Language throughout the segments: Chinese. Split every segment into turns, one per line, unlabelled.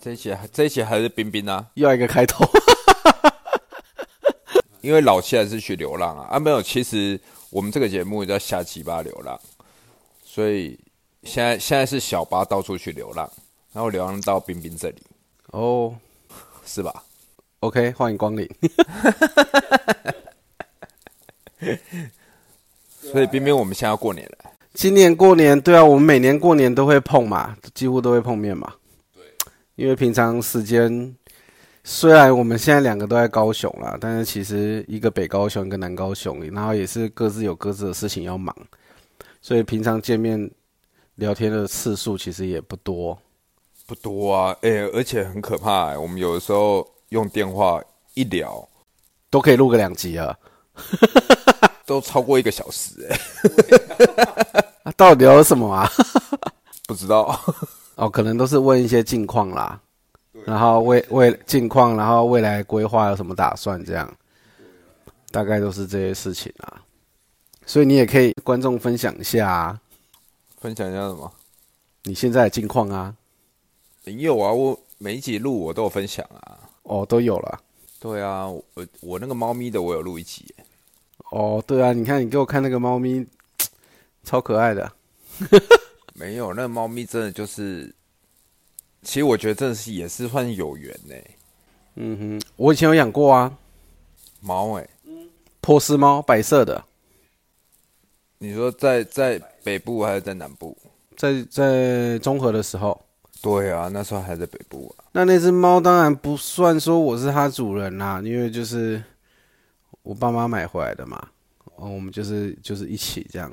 这一期这一期还是冰冰啊，
又要一个开 头。
因为老七还是去流浪啊啊没有，其实我们这个节目叫下鸡巴流浪，所以现在现在是小八到处去流浪，然后流浪到冰冰这里，
哦、
是吧？
o k 欢迎 光临。
所以冰冰我们现在要过年了，
今年过年，对啊，我们每年过年都会碰嘛，几乎都会碰面嘛。对，因为平常时间，虽然我们现在两个都在高雄啦，但是其实一个北高雄，一个南高雄，然后也是各自有各自的事情要忙，所以平常见面聊天的次数其实也不多。
不多啊，哎、而且很可怕、欸，我们有的时候用电话一聊
都可以录个两集啊了。
都超过一个小时、欸，
啊，到底聊什么啊？
不知道
哦，可能都是问一些近况啦，然后未未近况，然后未来规划有什么打算，这样，大概都是这些事情啊。所以你也可以观众分享一下、啊、
分享一下什么？
你现在的近况啊，
没有啊，我每一集录我都有分享啊。
哦，都有了。
对啊，我我我那个猫咪的我有录一集、欸
哦，对啊，你看你给我看那个猫咪，超可爱的。
没有，那个猫咪真的就是，其实我觉得真的是也是算有缘呢、
嗯哼，我以前有养过啊，
猫哎、
波斯猫，白色的，
你说在在北部还是在南部？
在在综合的时候，
对啊，那时候还在北部啊。
那那只猫当然不算说我是它主人啦、因为就是我爸妈买回来的嘛，哦，我们就是就是一起这样。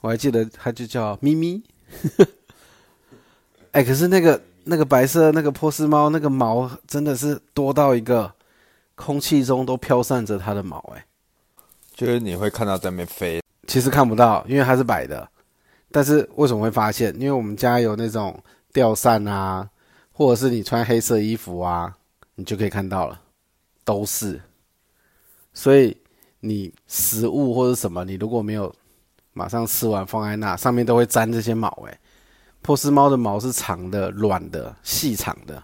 我还记得它就叫咪咪，哎、可是那个那个白色那个波斯猫那个毛真的是多到一个，空气中都飘散着它的毛、哎，
就是你会看到在那边飞，
其实看不到，因为它是白的。但是为什么会发现？因为我们家有那种吊扇啊，或者是你穿黑色衣服啊，你就可以看到了，都是。所以你食物或者什么，你如果没有马上吃完放在那，上面都会沾这些毛、欸。波斯猫的毛是长的、软的、细长的，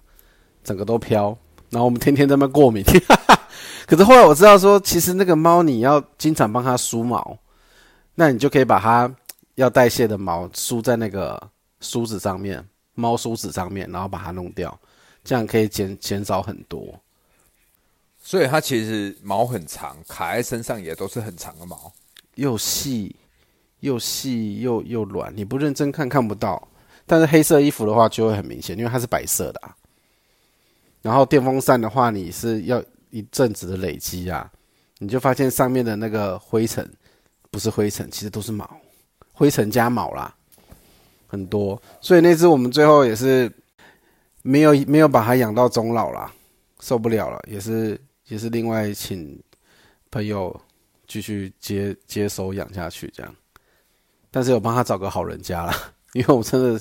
整个都飘。然后我们天天在那边过敏。 可是后来我知道说，其实那个猫你要经常帮它梳毛，那你就可以把它要代谢的毛梳在那个梳子上面，猫梳子上面，然后把它弄掉，这样可以减减少很多。
所以它其实毛很长，卡在身上也都是很长的毛。
又细又细又又软，你不认真看看不到。但是黑色衣服的话就会很明显，因为它是白色的、啊。然后电风扇的话，你是要一阵子的累积啊，你就发现上面的那个灰尘不是灰尘，其实都是毛，灰尘加毛啦，很多。所以那只我们最后也是没有没有把它养到终老啦，受不了了，也是也是另外请朋友继续接接手养下去这样。但是有帮他找个好人家啦， 因为我真的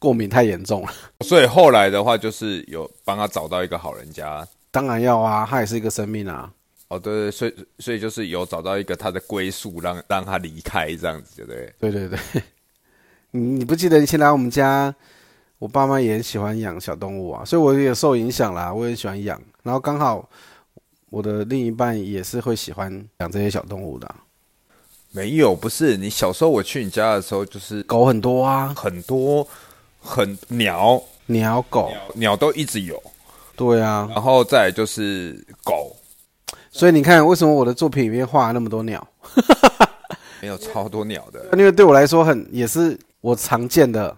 过敏太严重了。
所以后来的话，就是有帮他找到一个好人家。
当然要啊，他也是一个生命啊。
哦，对对，所以所以就是有找到一个他的归宿，让让他离开这样子，对不对？
对对 对，你你不记得以前来我们家，我爸妈也很喜欢养小动物啊，所以我也受影响啦，我也喜欢养。然后刚好我的另一半也是会喜欢养这些小动物的啊、
没有，不是你小时候我去你家的时候，就是
狗很多啊，
很多很鸟
鸟狗，
鸟都一直有，
对啊。
然后再来就是狗，
所以你看，为什么我的作品里面画了那么多鸟？
没有超多鸟的。
因为对我来说很也是我常见的、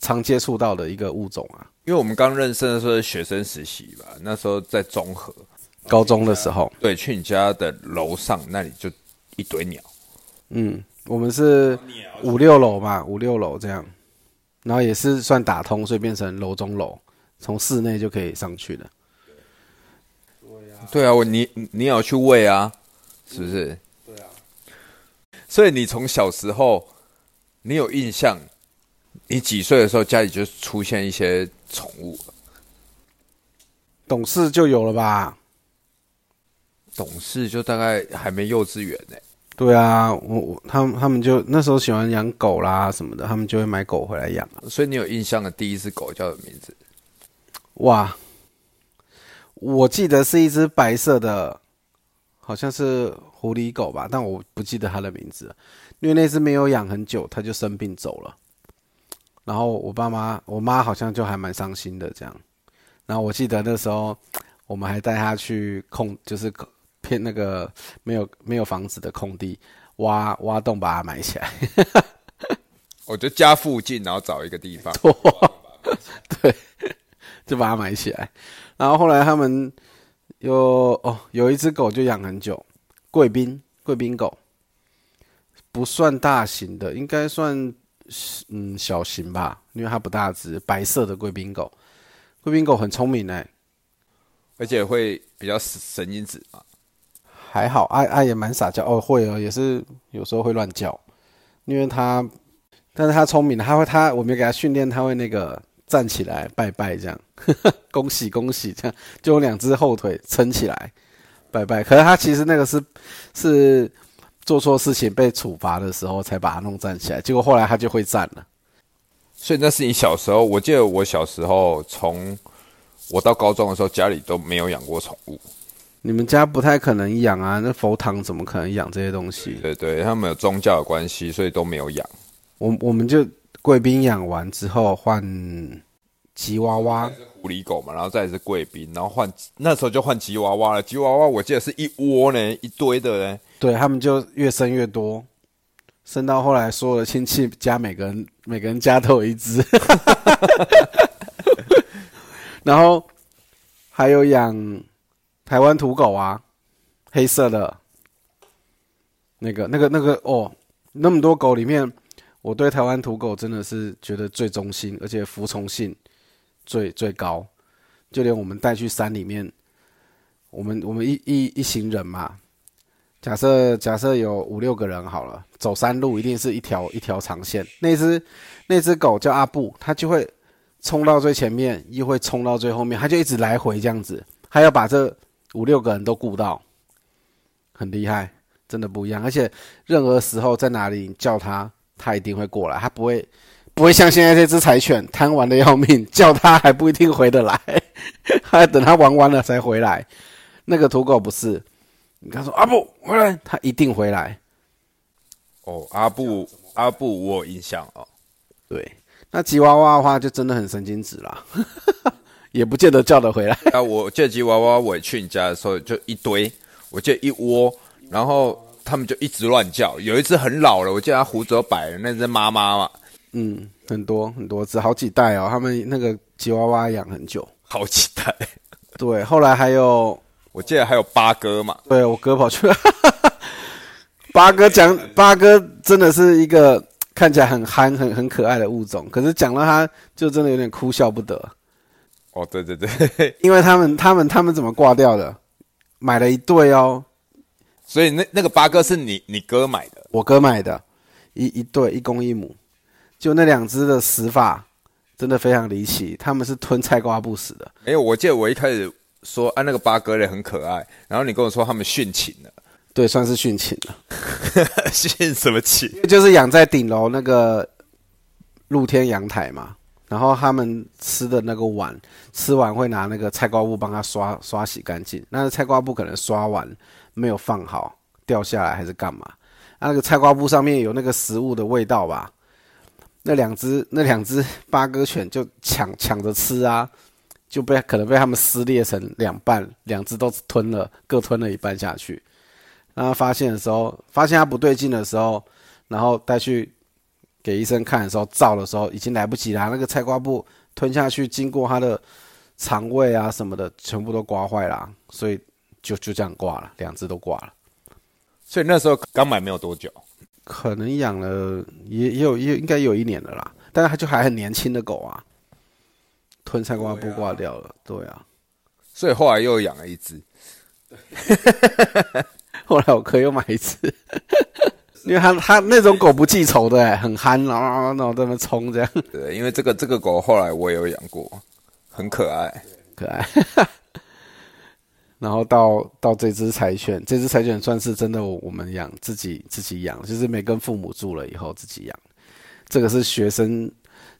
常接触到的一个物种啊。
因为我们刚认识的时候是学生实习吧，那时候在中和，
高中的时候，
对，去你家的楼上那里就一堆鸟，
嗯，我们是五六楼嘛，五六楼这样，然后也是算打通，所以变成楼中楼，从室内就可以上去的。
对啊，我你你你也要去喂啊，是不是？对啊。所以你从小时候，你有印象，你几岁的时候家里就出现一些宠物了，
懂事就有了吧？
懂事就大概还没幼稚园呢、
对啊，我我他们他们就那时候喜欢养狗啦什么的，他们就会买狗回来养啊。
所以你有印象的第一只狗叫什么名字？
哇，我记得是一只白色的，好像是狐狸狗吧，但我不记得它的名字了，因为那只没有养很久，它就生病走了。然后我爸妈，我妈好像就还蛮伤心的这样。然后我记得那时候我们还带它去空，就是偏那个没有没有房子的空地挖挖洞把它埋起来。
我就家附近，然后找一个地方。
对，就把它埋起来。然后后来他们有哦，有一只狗就养很久，贵宾贵宾狗，不算大型的，应该算嗯小型吧，因为它不大只，白色的贵宾狗。贵宾狗很聪明哎、
而且会比较神经质嘛。
还好，爱、爱也蛮撒娇哦，会哦，也是有时候会乱叫，因为它，但是它聪明的，它会它我们给它训练，它会那个站起来拜拜这样， 恭喜恭喜这样，就用两只后腿撑起来拜拜。可是它其实那个是是做错事情被处罚的时候才把它弄站起来，结果后来它就会站了。
所以那是你小时候，我记得我小时候从我到高中的时候，家里都没有养过宠物。
你们家不太可能养啊，那佛堂怎么可能养这些东西？
对对，他们有宗教的关系，所以都没有养。
我我们就贵宾养完之后换吉娃娃，
狐狸狗嘛，然后再来是贵宾，然后换那时候就换吉娃娃了。吉娃娃我记得是一窝呢，一堆的呢。
对他们就越生越多，生到后来所有的亲戚家每个人 每个人家都有一只， 然后还有养台湾土狗啊，黑色的，那个那个那个哦，那么多狗里面，我对台湾土狗真的是觉得最忠心，而且服从性最最高，就连我们带去山里面，我们我们一一一行人嘛，假设假设有五六个人好了，走山路一定是一条一条长线。那只那只狗叫阿布，它就会冲到最前面，又会冲到最后面，它就一直来回这样子，它要把这五六个人都顾到，很厉害，真的不一样。而且任何时候在哪里你叫它，它一定会过来，它不会不会像现在这只柴犬贪玩的要命，叫它还不一定回得来，还等它玩完了才回来。那个土狗不是，你跟他说阿布回来， 他一定回来。
哦，阿布阿布，我有印象哦。
对，那吉娃娃的话就真的很神经质啦， 也不见得叫得回来。
啊，我借吉娃娃，我去你家的时候就一堆，我借一窝，然后他们就一直乱叫。有一只很老了，我记得它胡子都白了，那只妈妈嘛，
嗯，很多很多只，好几代哦。他们那个吉娃娃养很久。
好期待。
对，后来还有
我记得还有八哥嘛，
对我哥跑去， 八哥讲八哥真的是一个看起来很憨、很很可爱的物种，可是讲到它就真的有点哭笑不得。
哦，对对对，
因为他们他们他们怎么挂掉的？买了一对哦，
所以那那个八哥是你你哥买的，
我哥买的，一一对一公一母，就那两只的死法真的非常离奇，他们是吞菜瓜布死的。
因为哎我记得我一开始说啊那个八哥嘞很可爱，然后你跟我说他们殉情了，
对，算是殉情了，
殉什么情？
就是养在顶楼那个露天阳台嘛，然后他们吃的那个碗，吃完会拿那个菜瓜布帮它刷刷洗干净，那菜瓜布可能刷完没有放好，掉下来还是干嘛？啊，那个菜瓜布上面有那个食物的味道吧？那两只那两只八哥犬就抢抢着吃啊，就被可能被他们撕裂成两半，两只都吞了，各吞了一半下去。然后发现的时候，发现它不对劲的时候，然后带去给医生看的时候，照的时候已经来不及啦，那个菜瓜布吞下去，经过它的肠胃啊什么的，全部都刮坏啦，所以就就这样挂了，两只都挂了。
所以那时候刚买没有多久，
可能养了也也有也应该有一年了啦，但是它就还很年轻的狗啊，吞菜瓜布挂掉了，对啊。
所以后来又养了一只。
后来我哥又买一只， 因为他他那种狗不记仇的、欸，很憨，然后然后在那边冲这样，
对，因为这个这个狗后来我也有养过，很可爱。
可爱。 然后到到这只柴犬，这只柴犬算是真的我我们养自己自己养，就是没跟父母住了以后自己养。这个是学生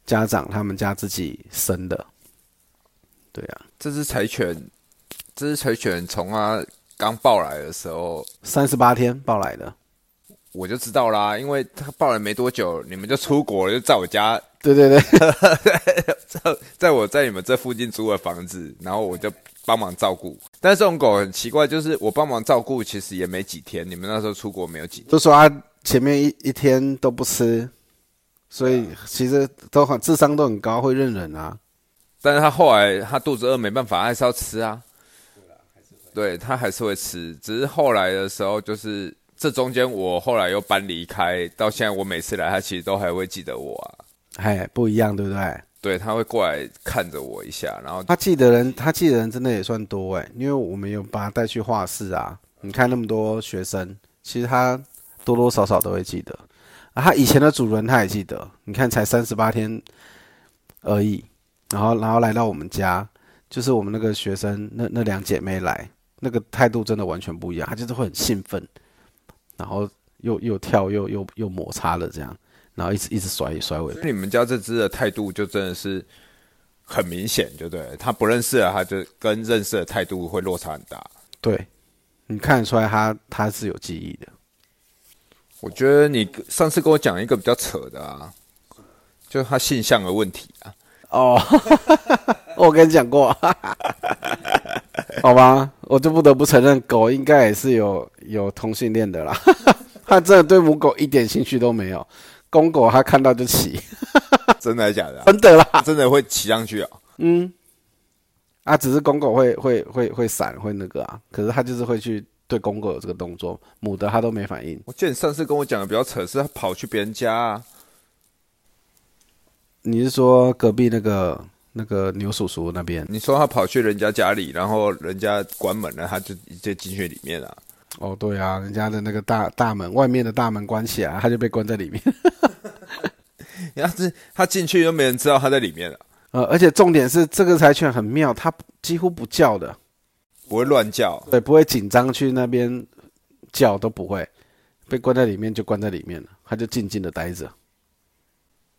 家长他们家自己生的，对啊，
这只柴犬，这只柴犬从它刚抱来的时候，
三十八天抱来的，
我就知道啦，因为它抱来没多久，你们就出国了，就在我家，
对对对，
在在我在你们这附近租了房子，然后我就帮忙照顾。但是这种狗很奇怪，就是我帮忙照顾，其实也没几天。你们那时候出国没有几天，
都说他前面一一天都不吃，所以其实都很智商都很高，会认人啊。
但是它后来它肚子饿没办法，它还是要吃啊。对，它还是会吃，只是后来的时候就是。这中间我后来又搬离开，到现在我每次来，它其实都还会记得我啊。
哎，不一样，对不对？
对，它会过来看着我一下，然后
他记得人，他记得人真的也算多哎，因为我们有把他带去画室啊。你看那么多学生，其实他多多少少都会记得。啊，他以前的主人他也记得，你看才三十八天而已，然后然后来到我们家，就是我们那个学生那那两姐妹来，那个态度真的完全不一样，她就是会很兴奋，然后又又跳又又又摩擦了这样，然后一直一直甩甩尾巴
所以你们家这只的态度就真的是很明显，就对了，他不认识了，他就跟认识的态度会落差很大。
对，你看得出来他他是有记忆的。
我觉得你上次跟我讲一个比较扯的啊，就是他性向的问题啊，
哦， 我跟你讲过，好吧，我就不得不承认，狗应该也是有有同性恋的啦。 它真的对母狗一点兴趣都没有，公狗它看到就骑，
真的还假的、啊？
真的啦。
他真的会骑上去啊？
嗯，啊，只是公狗会会会会闪，会那个啊，可是它就是会去对公狗有这个动作，母的它都没反应。
我记得你上次跟我讲的比较扯，是他跑去别人家啊，
你是说隔壁那个那个牛叔叔那边？
你说他跑去人家家里，然后人家关门了，他就直接进去里面啊。
哦，对啊，人家的那个大大门外面的大门关起来，它就被关在里面。
然后是他进去又没人知道他在里面了、
呃，而且重点是这个柴犬很妙，它不几乎不叫的，
不会乱叫。
对，不会紧张去那边叫都不会，被关在里面就关在里面了，它就静静的待着。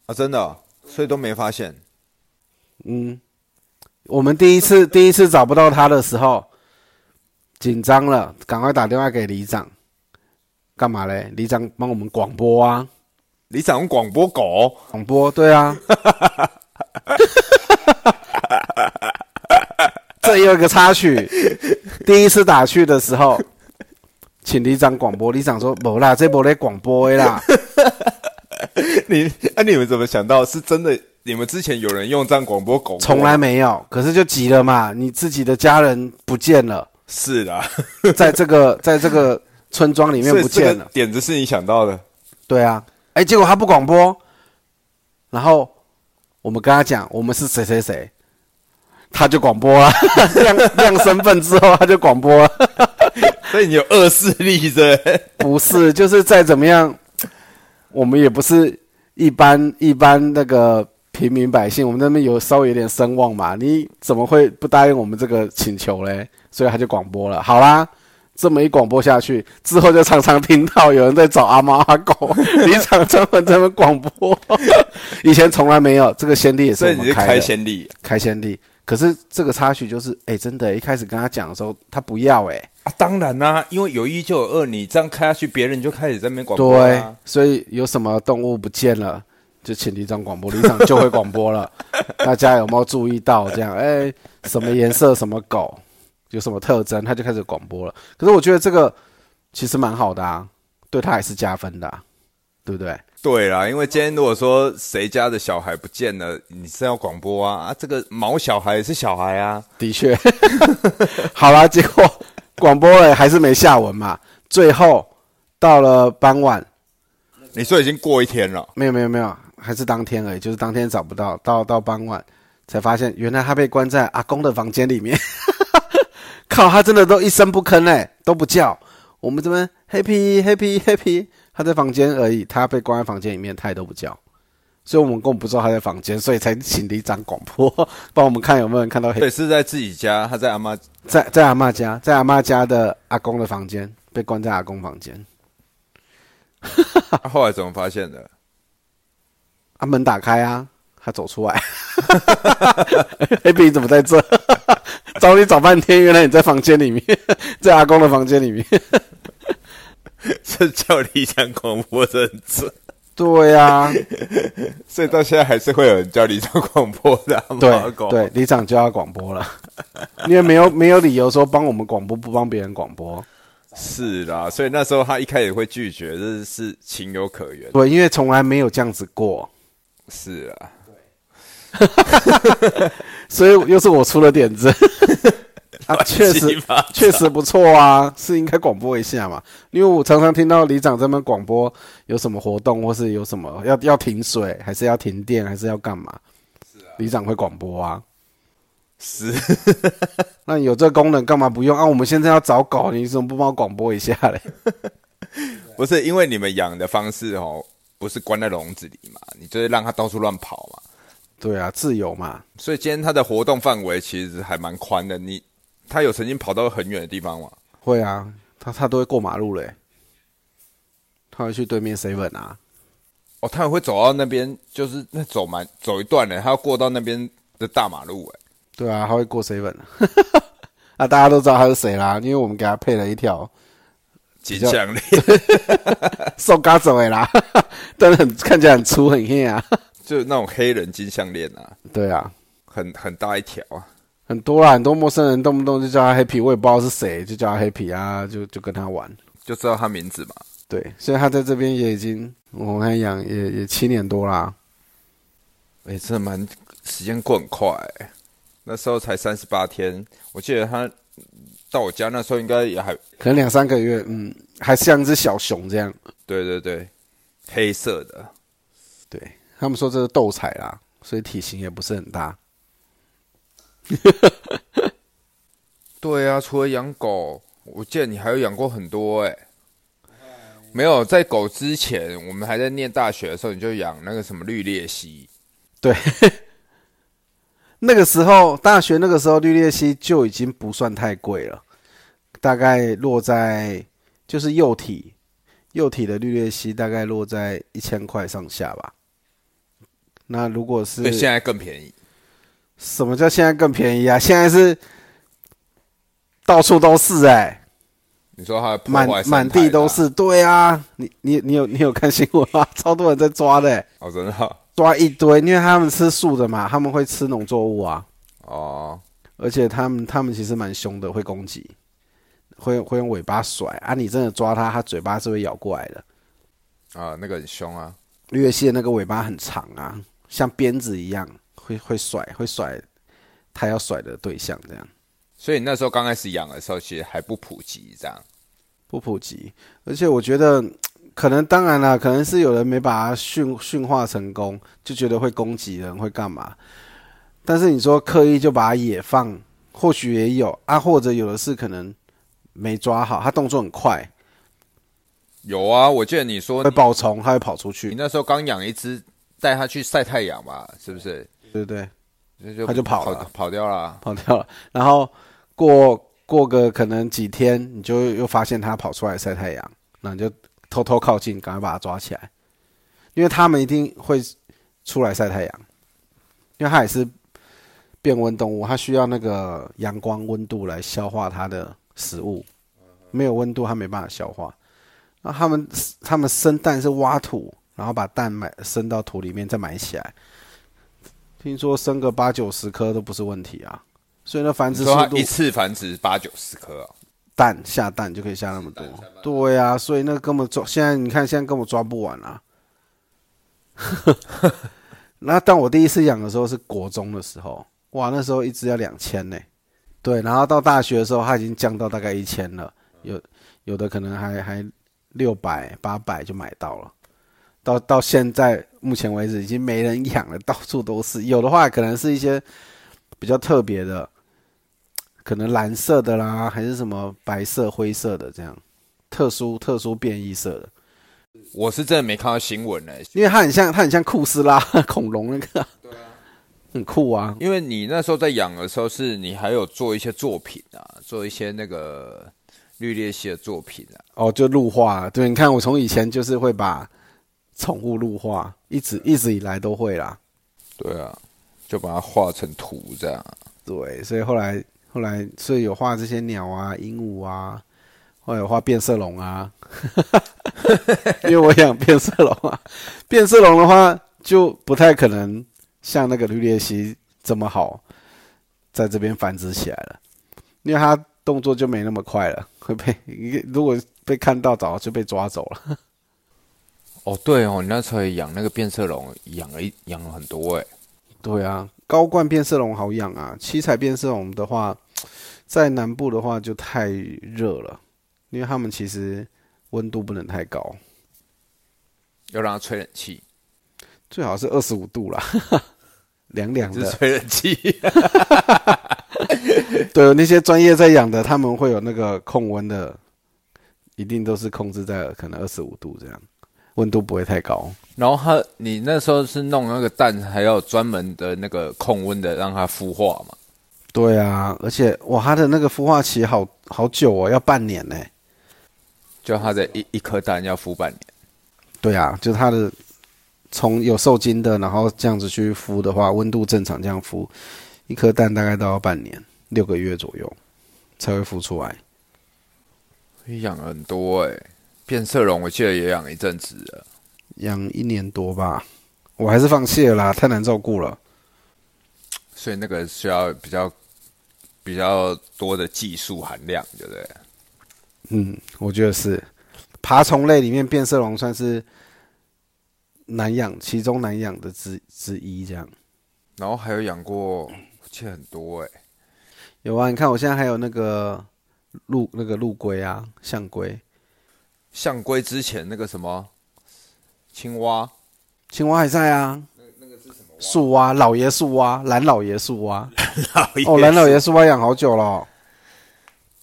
啊，真的哦、所以都没发现。
嗯，我们第一次第一次找不到它的时候，紧张了，赶快打电话给里长，干嘛嘞？里长帮我们广播啊，
李长用广播狗，
广播，对啊。这又一个插曲，第一次打去的时候，请里长广播，里长说没啦，这波在广播的啦。
你那、你们怎么想到是真的？你们之前有人用这样广播狗？
从来没有，可是就急了嘛，你自己的家人不见了，
是啦，
在这个在这个村庄里面
所以
不
这
见
个
了，
点子是你想到的，
对啊，哎，结果他不广播，然后我们跟他讲我们是谁谁谁，他就广播 了，亮亮身份之后他就广播啊了，
所以你有恶势力是不是？
不是，就是再怎么样，我们也不是一般一般那个平民百姓，我们那边有稍微有点声望嘛，你怎么会不答应我们这个请求嘞？所以他就广播了，好啦。这么一广播下去之后，就常常听到有人在找阿猫阿狗， 你常专门在那边广播，以前从来没有这个先例，也是
所
我
以你
们
是
开
开
的
先例
开先例。可是这个插曲就是，哎、真的，一开始跟他讲的时候，他不要、哎，
啊？当然啦、因为有一就有二，你这样开下去，别人就开始在那边广播啊
对
啦，
所以有什么动物不见了，就请里长广播，里长就会广播了。大家有没有注意到这样？哎、什么颜色，什么狗，有什么特征，他就开始广播了。可是我觉得这个其实蛮好的啊，对他也是加分的啊、对不对？
对啦，因为今天如果说谁家的小孩不见了，你是要广播啊啊！这个毛小孩也是小孩啊，
的确，好啦，结果广播了还是没下文嘛。最后到了傍晚，
你说已经过一天了，
没有没有没有，还是当天而已，就是当天找不到，到到傍晚才发现，原来他被关在阿公的房间里面。 靠，他真的都一声不吭哎，都不叫。我们这边 happy happy happy，他在房间而已，他被关在房间里面，他也都不叫。所以我们根本不知道他在房间，所以才请里长广播帮我们看有没有人看到黑。
对，是在自己家，他在阿妈
在在阿嬷家，在阿嬷家的阿公的房间，被关在阿公房间。
他后来怎么发现的？
啊，门打开啊，他走出来， 黑饼怎么在这？ 找你找半天，原来你在房间里面， 在阿公的房间里面。
这叫理想广播的很准，
对呀、啊，
所以到现在还是会有人叫理想广播的啊、
对
猫狗
对，里长就要广播了，因为没有没有理由说帮我们广播不帮别人广播。
是啦，所以那时候他一开始会拒绝，这是情有可原。
对，因为从来没有这样子过，
是啊，
所以又是我出了点子。 啊，确
乱
实
七八糟
确实不错啊， 是应该广播一下嘛。因为我常常听到里长这边广播有什么活动，或是有什么要要停水，还是要停电，还是要干嘛？里长会广播啊。
是
那有这功能干嘛不用啊？我们现在要找狗，你怎么不帮我广播一下嘞？
不是因为你们养的方式哦，不是关在笼子里嘛，你就是让它到处乱跑嘛。
对啊，自由嘛。
所以今天它的活动范围其实还蛮宽的。你它有曾经跑到很远的地方吗？
会啊，他他都会过马路嘞，他会去对面 seven 啊，
哦，它也会走到那边，就是那走蛮走一段呢，它要过到那边的大马路哎。
对啊，他会过 seven 啊，啊，大家都知道他是谁啦，因为我们给他配了一条
吉
较
祥力
瘦嘎走的啦， 但是很看起来很粗很硬啊，
就是那种黑人金项链啊，
对啊，
很很大一条啊。
很多啦，很多陌生人动不动就叫他 happy，我也不知道是谁，就叫他 happy 啊，就就跟他玩，
就知道它名字嘛。
对，所以他在这边也已经我看养也也七年多啦，
哎、真的蛮时间过很快、欸，那时候才三十八天，我记得他到我家那时候应该也还
可能两三个月，嗯，还像一只小熊这样，
对对对，黑色的，
对他们说这是斗彩啦，所以体型也不是很大。
对啊，除了养狗，我记得你还有养过很多哎、没有，在狗之前，我们还在念大学的时候，你就养那个什么绿鬣蜥，
那个时候，大学那个时候，绿鬣蜥就已经不算太贵了，大概落在就是幼体，幼体的绿鬣蜥大概落在一千块上下吧。那如果是
对，现在更便宜。
什么叫现在更便宜啊？现在是到处都是哎、
你说它破坏
满
生态
满地都
的啊
是，对啊，你你你有你有看新闻吗？ 超多人在抓的、欸，
哦，真的哦
抓一堆，因为他们吃素的嘛，他们会吃农作物啊。
哦，
而且他们他们其实蛮凶的，会攻击，会会用尾巴甩啊！你真的抓它，它嘴巴是会咬过来的。
啊，那个很凶啊，
绿鬣蜥的那个尾巴很长啊，像鞭子一样，会会甩会甩它要甩的对象，这样
所以你那时候刚开始养的时候，其实还不普及这样。
不普及。而且我觉得，可能当然啦，可能是有人没把它驯驯化成功，就觉得会攻击人会干嘛。但是你说刻意就把它野放，或许也有啊，或者有的是可能没抓好，它动作很快。
有啊，我记得你说
会爆冲，它会跑出
你
去，
那时候刚养一只，带它去晒太阳嘛，是不是？
对不对？
那就
它就跑了啊
跑掉了。啊
跑掉了，然后过过个可能几天，你就又发现它跑出来晒太阳，那你就偷偷靠近，赶快把它抓起来，因为它们一定会出来晒太阳，因为它也是变温动物，它需要那个阳光温度来消化它的食物，没有温度它没办法消化。那它们它们生蛋是挖土，然后把蛋埋生到土里面再埋起来。听说生个八九十颗都不是问题啊，所以那繁
你
殖
说
速
它
度
一次繁殖八九十颗哦、
蛋下蛋就可以下那么多，对啊，所以那根本抓现在你看现在根本抓不完啊。 那但我第一次养的时候是国中的时候，哇，那时候一只要两千呢，对，然后到大学的时候它已经降到大概一千了，有有的可能还还六百八百就买到了，到到现在目前为止已经没人养了，到处都是，有的话可能是一些比较特别的，可能蓝色的啦，还是什么白色、灰色的这样，特殊特殊变异色的，
我是真的没看到新闻呢、欸
因为它很像它很像库斯拉 恐龙那个，对啊，很酷啊，
因为你那时候在养的时候，是你还有做一些作品啊，做一些那个绿鬣蜥的作品啊。
哦，就入化，对，你看我从以前就是会把宠物入化，一直一直以来都会啦，
对啊，就把它画成图这样。啊
对，所以后来后来所以有画这些鸟啊、鹦鹉啊，后来有画变色龙啊， 因为我养变色龙啊。变色龙的话就不太可能像那个绿鬣蜥这么好在这边繁殖起来了，因为它动作就没那么快了，会被如果被看到早就被抓走了。
哦，对哦，你那时候也养那个变色龙，养了一养了很多哎。
对啊，高冠变色龙好养啊，七彩变色龙的话，在南部的话就太热了，因为它们其实温度不能太高，
要让它吹冷气，
最好是二十五度啦， 凉凉
就是
的。
吹冷 气。
对，那些专业在养的，他们会有那个控温的，一定都是控制在可能二十五度这样，温度不会太高。
然后它，你那时候是弄那个蛋，还要有专门的那个控温的，让它孵化嘛？
对啊，而且哇，它的那个孵化期好好久哦，要半年呢、
就它的一一颗蛋要孵半年。
对啊，就它的从有受精的，然后这样子去孵的话，温度正常这样孵，一颗蛋大概都要半年六个月左右才会孵出来。
也养了很多哎、变色龙我记得也养一阵子了。
养一年多吧，嗯我还是放弃了啦，太难照顾了。
所以那个需要比较比较多的技术含量，对不对？
嗯，我觉得是爬虫类里面变色龙算是难养，其中难养的之之一。这样
然后还有养过，我记得很多哎、
有啊，你看我现在还有那个陆那个陆龟啊，象龟、
象龟之前那个什么青蛙，
青蛙还在啊。树蛙，老爷树蛙，蓝老爷树蛙。
老爷
哦，蓝老爷树蛙养好久了哦、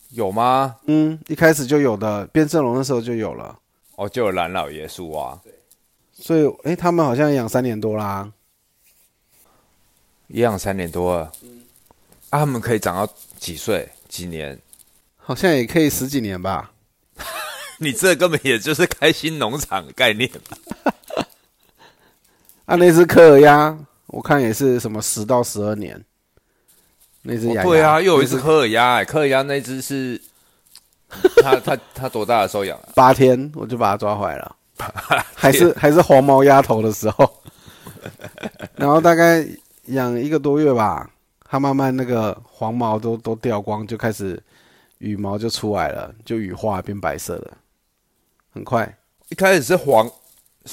有吗？
嗯，一开始就有的，变色龙那时候就有了，
哦，就有蓝老爷树蛙，
所以诶，他们好像养三年多啦、
也养三年多了。啊，他们可以长到几岁？几年？
好像也可以十几年吧。
你这根本也就是开心农场的概念吧？
啊，那只科尔鸭，我看也是什么十到十二年。那只
哦
雅、
对啊，又有一
那
只
只
科尔鸭、欸，科尔鸭那只是 它它它多大的时候养的？啊
八天，我就把它抓回来了，还是还是黄毛丫头的时候，然后大概养一个多月吧，它慢慢那个黄毛都都掉光，就开始羽毛就出来了，就羽化变白色的，很快，
一开始是黄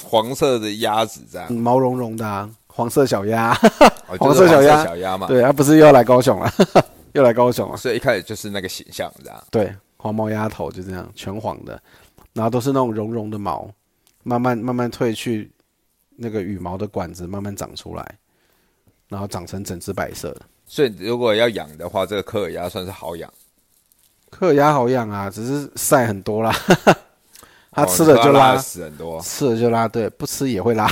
黄色的鸭子这样，
嗯毛茸茸的、啊、黄色小鸭，
哦
黄
就是
色小
黄
鸭
小鸭嘛，
对，它不是又要来高雄了， 又来高雄了。
所以一开始就是那个形象这样。
对，黄毛丫头就这样，全黄的，然后都是那种绒绒的毛，慢慢慢慢褪去那个羽毛的管子，慢慢长出来，然后长成整只白色的。
所以如果要养的话，这个科尔鸭算是好养，
科尔鸭好养啊，只是晒很多啦， 它
哦
吃了
你
就
说它
拉，
拉得死很多。
吃了就拉，对，不吃也会拉，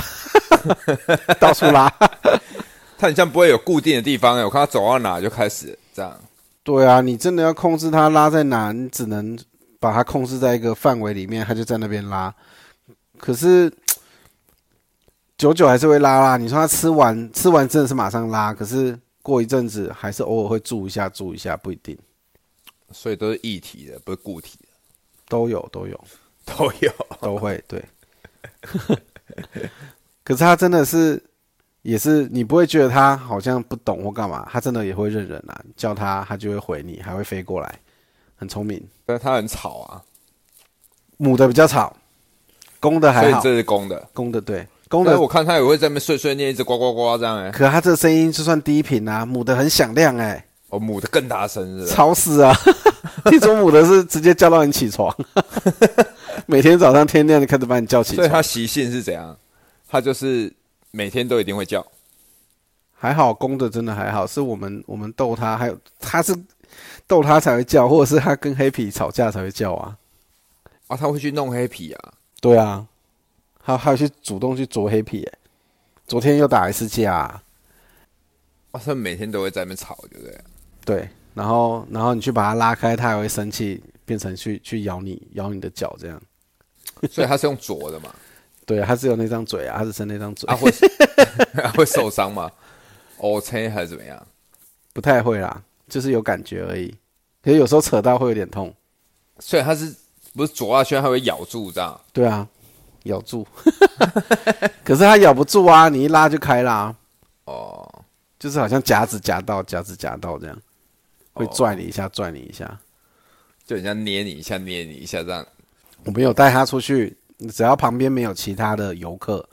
到处拉。
它很像不会有固定的地方、欸，我看它走到哪就开始这样。
对啊，你真的要控制它拉在哪，你只能把它控制在一个范围里面，它就在那边拉。可是久久还是会拉啦。你说它吃完吃完真的是马上拉，可是过一阵子还是偶尔会住一下住一下，不一定
所以都是一体的，不是固体的，
都有都有
都有。
都会对。 可是它真的是也是你不会觉得它好像不懂或干嘛，它真的也会认人啊，叫它它就会回你，还会飞过来，很聪明。
但是它很吵啊，
母的比较吵，公的
所
还
以
好，
这是公的。
公的对，公
但
的
是。我看它也会在那边碎碎念，一直呱呱呱这样哎、欸。
可它这声音就算低频啊，母的很响亮哎、
哦，母的更大声是不是
吵死啊！ 听说母的是直接叫到你起床， 每天早上天亮就开始把你叫起
所以它
床。
习性是怎样？它就是每天都一定会叫。
还好公的真的还好，是我们我们逗它，还有它是逗它才会叫，或者是它跟黑皮吵架才会叫啊。
啊，他会去弄黑皮啊。
对啊，还还有去主动去啄黑皮、欸，昨天又打一次架啊、
哇，他们啊每天都会在那边吵，对不对？
对，然后然后你去把它拉开，它还会生气，变成去去咬你，咬你的脚这样。
所以他是用啄的嘛。
对，它只有那张嘴啊，它只剩那张嘴，
啊会 啊会受伤吗？O k 还是怎么样？
不太会啦，就是有感觉而已。可是有时候扯到会有点痛。
所以它是不是左下圈还会咬住这样？
对啊，咬住， 可是它咬不住啊，你一拉就开啦、
哦，
就是好像夹子夹到，夹子夹到这样，会
哦
拽你一下，拽你一下。
就人家捏你一下，捏你一下这样。
我们有带它出去，只要旁边没有其他的游客，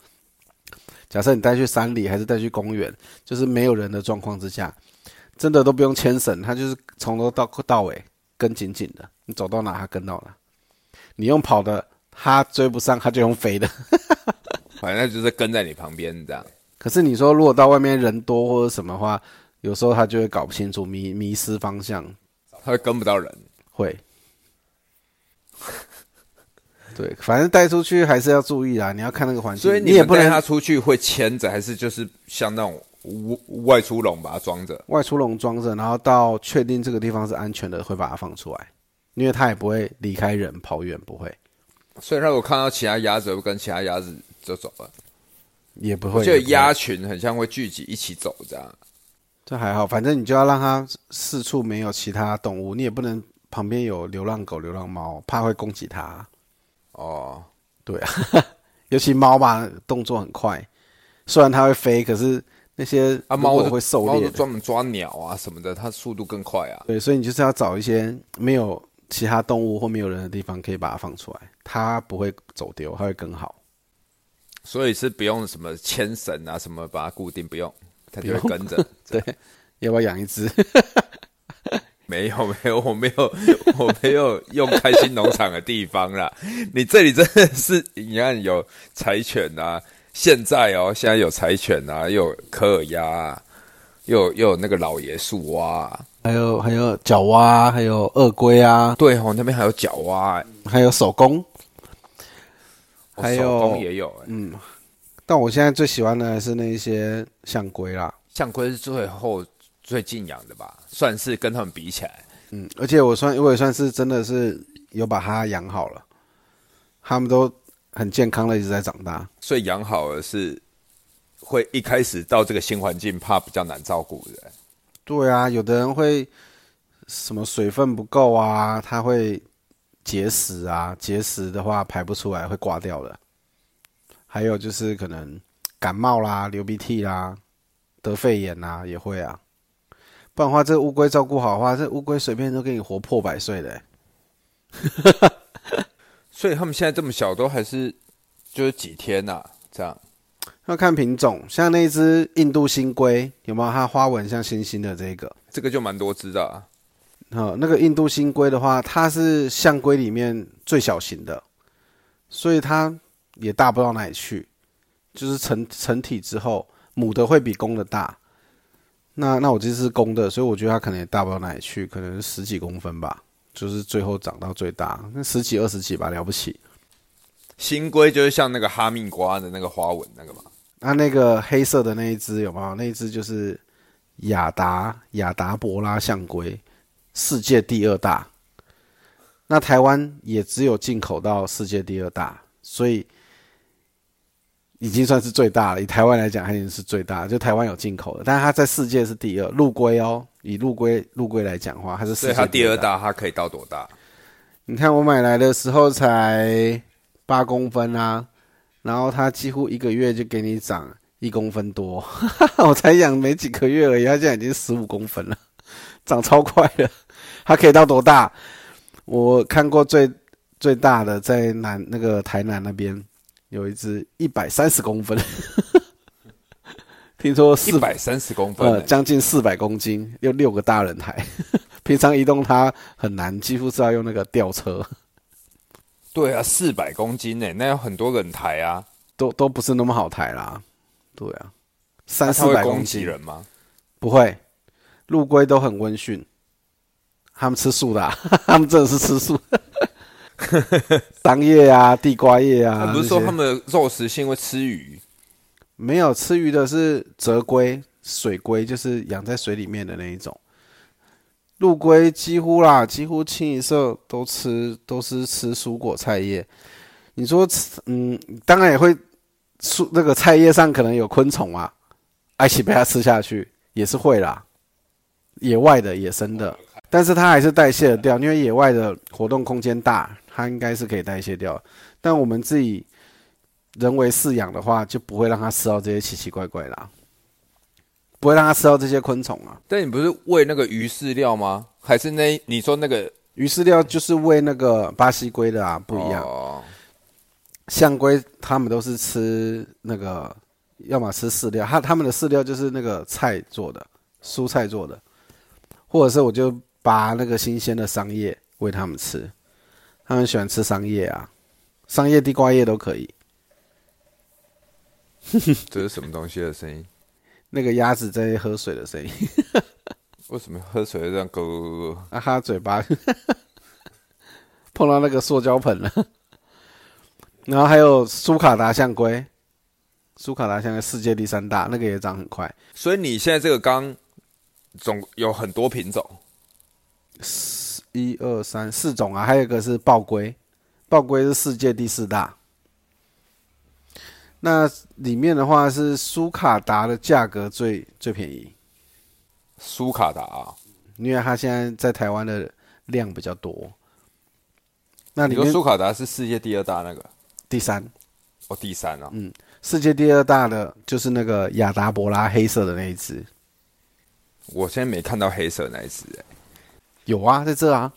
假设你带去山里还是带去公园，就是没有人的状况之下，真的都不用牵绳，它就是从头到到尾跟紧紧的，你走到哪它跟到哪，你用跑的它追不上，它就用飞的。
反正就是跟在你旁边这样。
可是你说如果到外面人多或者什么的话，有时候它就会搞不清楚，迷迷失方向，
他会跟不到人。
会。 对，反正带出去还是要注意啦，你要看那个环境，
所以
你
们
也不
带
能
他出去会牵着，还是就是像那种无外出笼把它装着？
外出笼装着，然后到确定这个地方是安全的，会把它放出来，因为它也不会离开人跑远，不会，
所以他如果看到其他鸭子，会跟其他鸭子就走了。
也不
我
会。
觉得
也不会
鸭群很像会聚集一起走这样。
这还好，反正你就要让它四处没有其他动物，你也不能旁边有流浪狗、流浪猫，怕会攻击它。
哦，
对啊， 尤其猫吧，动作很快，虽然它会飞，可是那些
啊，猫
如
就
果会狩
猫
猎
就
的，
专门抓鸟啊什么的，它速度更快啊。
对，所以你就是要找一些没有其他动物或没有人的地方，可以把它放出来，它不会走丢，它会更好。
所以是不用什么牵绳啊什么把它固定，不用，它就
不
会跟着。
对，要不要养一只？
没有 没有，我没有我没有用开心农场的地方啦。你这里真的是，你看有柴犬啊，现在哦，现在有柴犬啊，又有科尔鸭、啊，又有又有那个老爷树蛙、啊，
还有还有角蛙，还有鳄龟啊，
对哦，那边还有角蛙、欸，
还有手工。
哦
还有
手工也有、欸，
嗯，但我现在最喜欢的还是那一些象龟啦。
象龟是最后最近养的吧，算是跟他们比起来，
嗯，而且我算我也算是真的是有把它养好了，它们都很健康的一直在长大。
所以养好了是会一开始到这个新环境怕比较难照顾的。
对啊，有的人会什么水分不够啊，它会结石啊，结石的话排不出来会挂掉的。还有就是可能感冒啦、流鼻涕啦、得肺炎啦、也会啊。不然的话，这乌龟照顾好的话，这乌龟随便都给你活破百岁的欸、
所以他们现在这么小，都还是就是几天呐、这样
要看品种，像那只印度新龟，有没有它花纹像星星的这个？
这个就蛮多只的、啊。
呃，那个印度新龟的话，它是象龟里面最小型的，所以它也大不到哪里去。就是成成体之后，母的会比公的大。那那我这只是公的，所以我觉得它可能也大不到哪里去，可能十几公分吧，就是最后长到最大，那十几二十几吧，了不起。
新龟就是像那个哈密瓜的那个花纹那个嘛，
那啊那个黑色的那一只有没有？那一只就是雅达雅达伯拉象龟，世界第二大。那台湾也只有进口到世界第二大，所以已经算是最大了。以台湾来讲，它已经是最大，就台湾有进口的，但是它在世界是第二。陆龟哦，以陆龟陆龟来讲的话，它是世
所以
界
它第二
大。
大，它可以到多大？
你看我买来的时候才八公分啊，然后它几乎一个月就给你长一公分多， 我才养没几个月而已，它现在已经十五公分了，长超快了。它可以到多大？我看过最最大的在南那个台南那边有一只一百三十公分， 听说
一
四
百三十公分、
呃，
欸
将近四百公斤，有六个大人抬。 平常移动它很难，几乎是要用那个吊车，
对啊，四百公斤呢、那有很多人抬啊。
都都不是那么好抬啦。对啊，
那
三
它
四
会
百
攻
公
击
斤
人吗？
不会，陆龟都很温驯，它们吃素的、啊， 它们真的是 吃素，桑叶啊、地瓜叶啊
他，不是说它们的肉食性会吃鱼？
没有吃鱼的是折龟、水龟，就是养在水里面的那一种。陆龟几乎啦，几乎清一色都吃，都是吃蔬果菜叶。你说，嗯，当然也会，树那个菜叶上可能有昆虫啊，一起被它吃下去也是会啦，野外的、野生的，但是它还是代谢得掉，因为野外的活动空间大，它应该是可以代谢掉。但我们自己人为饲养的话，就不会让它吃到这些奇奇怪怪啦，不会让它吃到这些昆虫啊。
但你不是喂那个鱼饲料吗？还是那你说那个
鱼饲料就是喂那个巴西龟的啊，不一样。
哦
象龟它们都是吃那个，要么吃饲料，它它们的饲料就是那个菜做的，蔬菜做的，或者是我就拔那个新鲜的桑叶喂它们吃，它们喜欢吃桑叶啊，桑叶、地瓜叶都可以。
这是什么东西的声音？
那个鸭子在喝水的声音，
为什么喝水会这样咕咕咕咕？
啊，它嘴巴碰到那个塑胶盆了。然后还有苏卡达象龟，苏卡达象龟世界第三大，那个也长很快。
所以你现在这个缸总有很多品种，
一二三四种啊，还有一个是豹龟，豹龟是世界第四大。那里面的话是苏卡达的价格最最便宜，
苏卡达、啊，
因为它现在在台湾的量比较多。那
你
里
说
面
苏卡达是世界第二大那个，
第三，
哦，第三
嗯
啊，
世界第二大的就是那个亚达伯拉黑色的那一只，
我现在没看到黑色那一只、欸，
有啊，在这啊，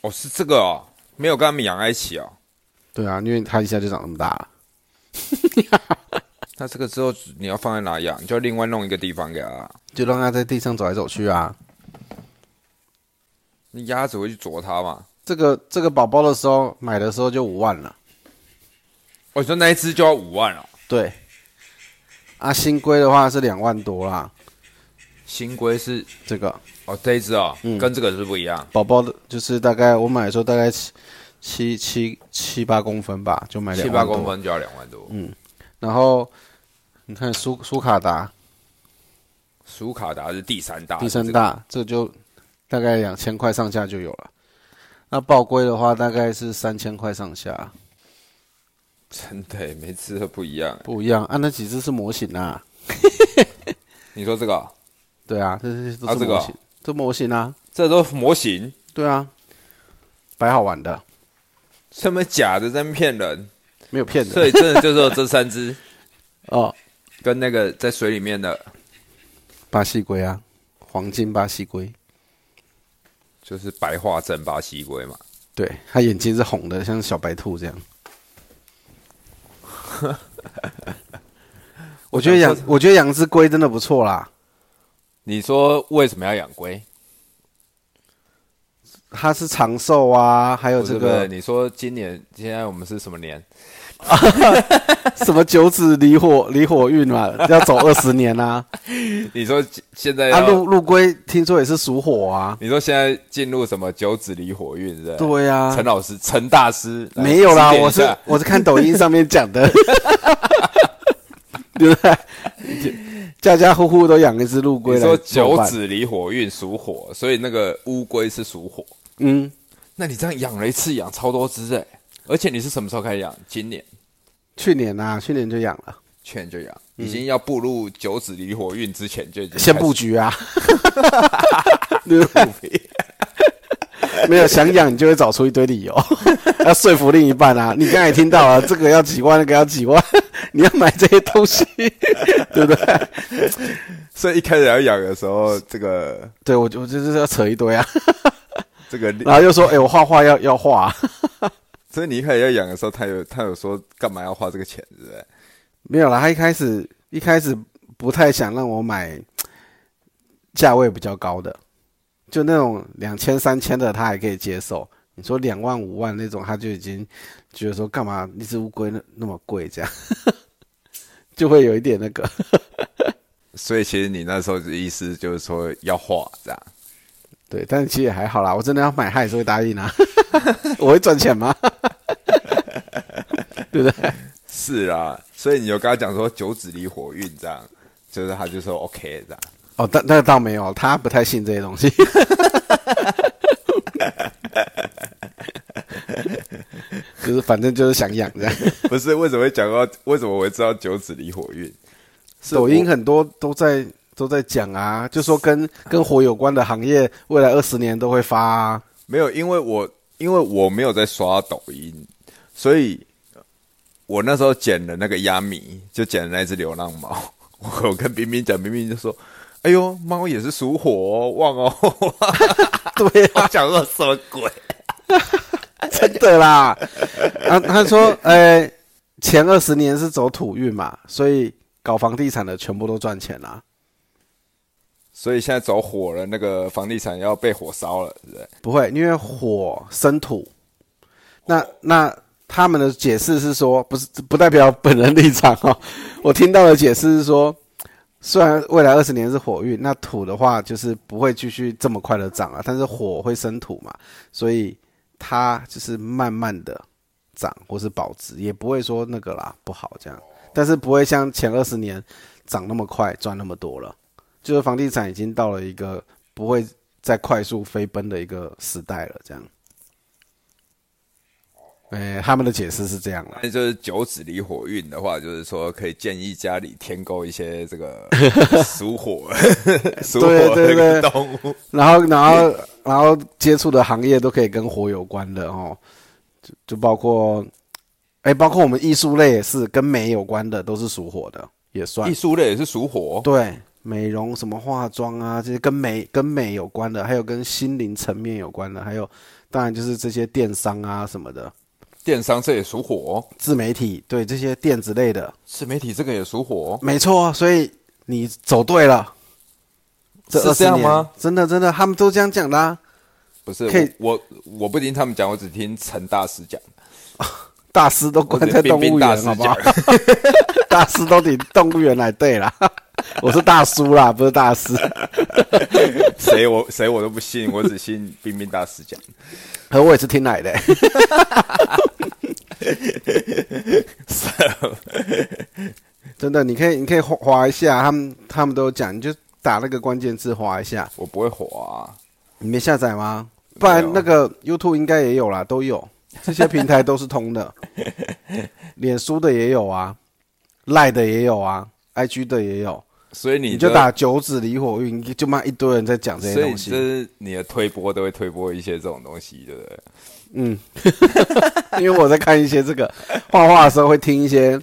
哦，是这个哦，没有跟他们养在一起哦。
对啊，因为它一下就长那么大了。
那这个之后你要放在哪养？你就另外弄一个地方给它。
就让它在地上走来走去啊。
你鸭子会去啄它嘛？
这个这个宝宝的时候买的时候就五万了。
哦，你说那一只就要五万哦。
对，啊，新规的话是两万多啦。
新龟是
这个
哦，这一只哦，
嗯
跟这个是不一样。
宝宝的，就是大概我买的时候大概七七七七八公分吧，就买两
七八
万多嗯
公。分就要两万多。
然后你看苏苏卡达
苏卡达是第三大，
第三
啊这个
大，这就大概两千块上下就有了。那豹龟的话大概是三千块上下，
真的欸每次都不一样欸。
不一样啊。那几只是模型啊，
你说这个哦，
对啊，这些都
啊
是
这个
模
哦
型，这模型啊，
这都是模型，
对啊，摆好玩的，
他们假的在那边骗人，
没有骗
所
的
以真的就是有这三只
哦。
跟那个在水里面的，
巴西龟啊，黄金巴西龟，
就是白化症巴西龟嘛。
对，它眼睛是红的，像小白兔这样。我觉得养，我觉得养只龟真的不错啦。
你说为什么要养龟？
它是长寿啊，还有这
不是不
个
是你说今年现在我们是什么年？
什么九子离火离火运嘛，要走二十年啊。
你说现现在
啊，
要
陆陆龟听说也是属火啊。
你说现在进入什么九子离火运是不是？
对啊
陈，老师，陈大师来
没有啦，
呃指点一
我是
下
我是看抖音上面讲的， 对不对？家家户户都养一只陆龟
你
来
说
作
九
伴
子离火运属火，所以那个乌龟是属火。
嗯，
那你这样养了一次，养超多只哎、而且你是什么时候开始养？今年
去年啊，去年就养了，
去年就养，已经要步入九子离火运之前就已经
嗯先
开始
布局啊，对不对？没有想养，你就会找出一堆理由， 要说服另一半啊。你刚才也听到了，这个要几万，那个要几万， 你要买这些东西，对不对？
所以一开始要养的时候，这个
对，我就我就是要扯一堆啊，
这个，
然后又说，哎、我画画要要画、啊
所以你一开始要养的时候，他有他有说干嘛要花这个钱，对不对？
没有啦，他一开始一开始不太想让我买价位比较高的，就那种两千三千的他还可以接受。你说两万五万那种，他就已经觉得说干嘛一只乌龟那那么贵这样， 就会有一点那个。
所以其实你那时候的意思就是说要画这样，
对，但其实也还好啦，我真的要买，他也是会答应啊。我会赚钱吗？对不对？
是啦。所以你有跟他讲说九子离火运这样，就是他就说 OK 这样。
哦，但那倒没有，他不太信这些东西。就是反正就是想养这样。
不是为什么会讲到？为什么我会知道九子离火运？是
抖音
我
很多都在都在讲啊，就说跟跟火有关的行业，未来二十年都会发、啊。
没有，因为我因为我没有在刷抖音，所以我那时候剪了那个鸭米，就剪了那只流浪猫。 我我跟冰冰讲，冰冰就说：“哎呦，猫也是属火、哦，旺哦。
对”啊，
我想说什么鬼？
真的啦。啊，他说，呃、前二十年是走土运嘛，所以搞房地产的全部都赚钱啦、
所以现在走火了，那个房地产要被火烧了，对不对？
不会，因为火生土。那那他们的解释是说，不是不代表本人立场哦。我听到的解释是说，虽然未来二十年是火运，那土的话就是不会继续这么快的涨啊，但是火会生土嘛，所以它就是慢慢的涨或是保值，也不会说那个啦不好这样，但是不会像前二十年涨那么快赚那么多了，就是房地产已经到了一个不会在快速飞奔的一个时代了，这样。哎、他们的解释是这样啦，
那就是九子离火运的话，就是说可以建议家里添购一些这 个属火、属火
对对
这个
对
动物。
然后然后然后接触的行业都可以跟火有关的哦，就就包括，哎，包括我们艺术类也是跟美有关的，都是属火的，也算
艺术类也是属火，
对美容什么化妆啊，这些跟美跟美有关的，还有跟心灵层面有关的，还有当然就是这些电商啊什么的，
电商这也属
哦
火，
自媒体对这些电子类的，
自媒体这个也属
哦
火。
没错，所以你走对了。这
是
20
这样
年
吗？
真的真的，他们都这样讲的、啊。
不是
可以
我我我不听他们讲，我只听陈大师讲，
大师都
我
关
只
在
听
动
冰
物
冰大
园，
师
好不
讲
好？。 大师都得动物园来对 啦。我是大叔啦，不是大师。
谁我谁我都不信，我只信冰冰大师讲。
可我也是听来 的、 真的，你可以，你可以划划一下，他们他们都有讲，你就打那个关键字划一下。
我不会火啊，
你没下载吗？不然那个 YouTube 应该也有啦，都有，这些平台都是通 的，脸书的也有啊，赖的也有啊，IG 的也有，
所以你
你
的
就，打九子离火运，就骂一堆人在讲这些
所以
东
就
西。
是你的推播都会推播一些这种东西，对不对？
嗯，因为我在看一些这个画画的时候，会听一些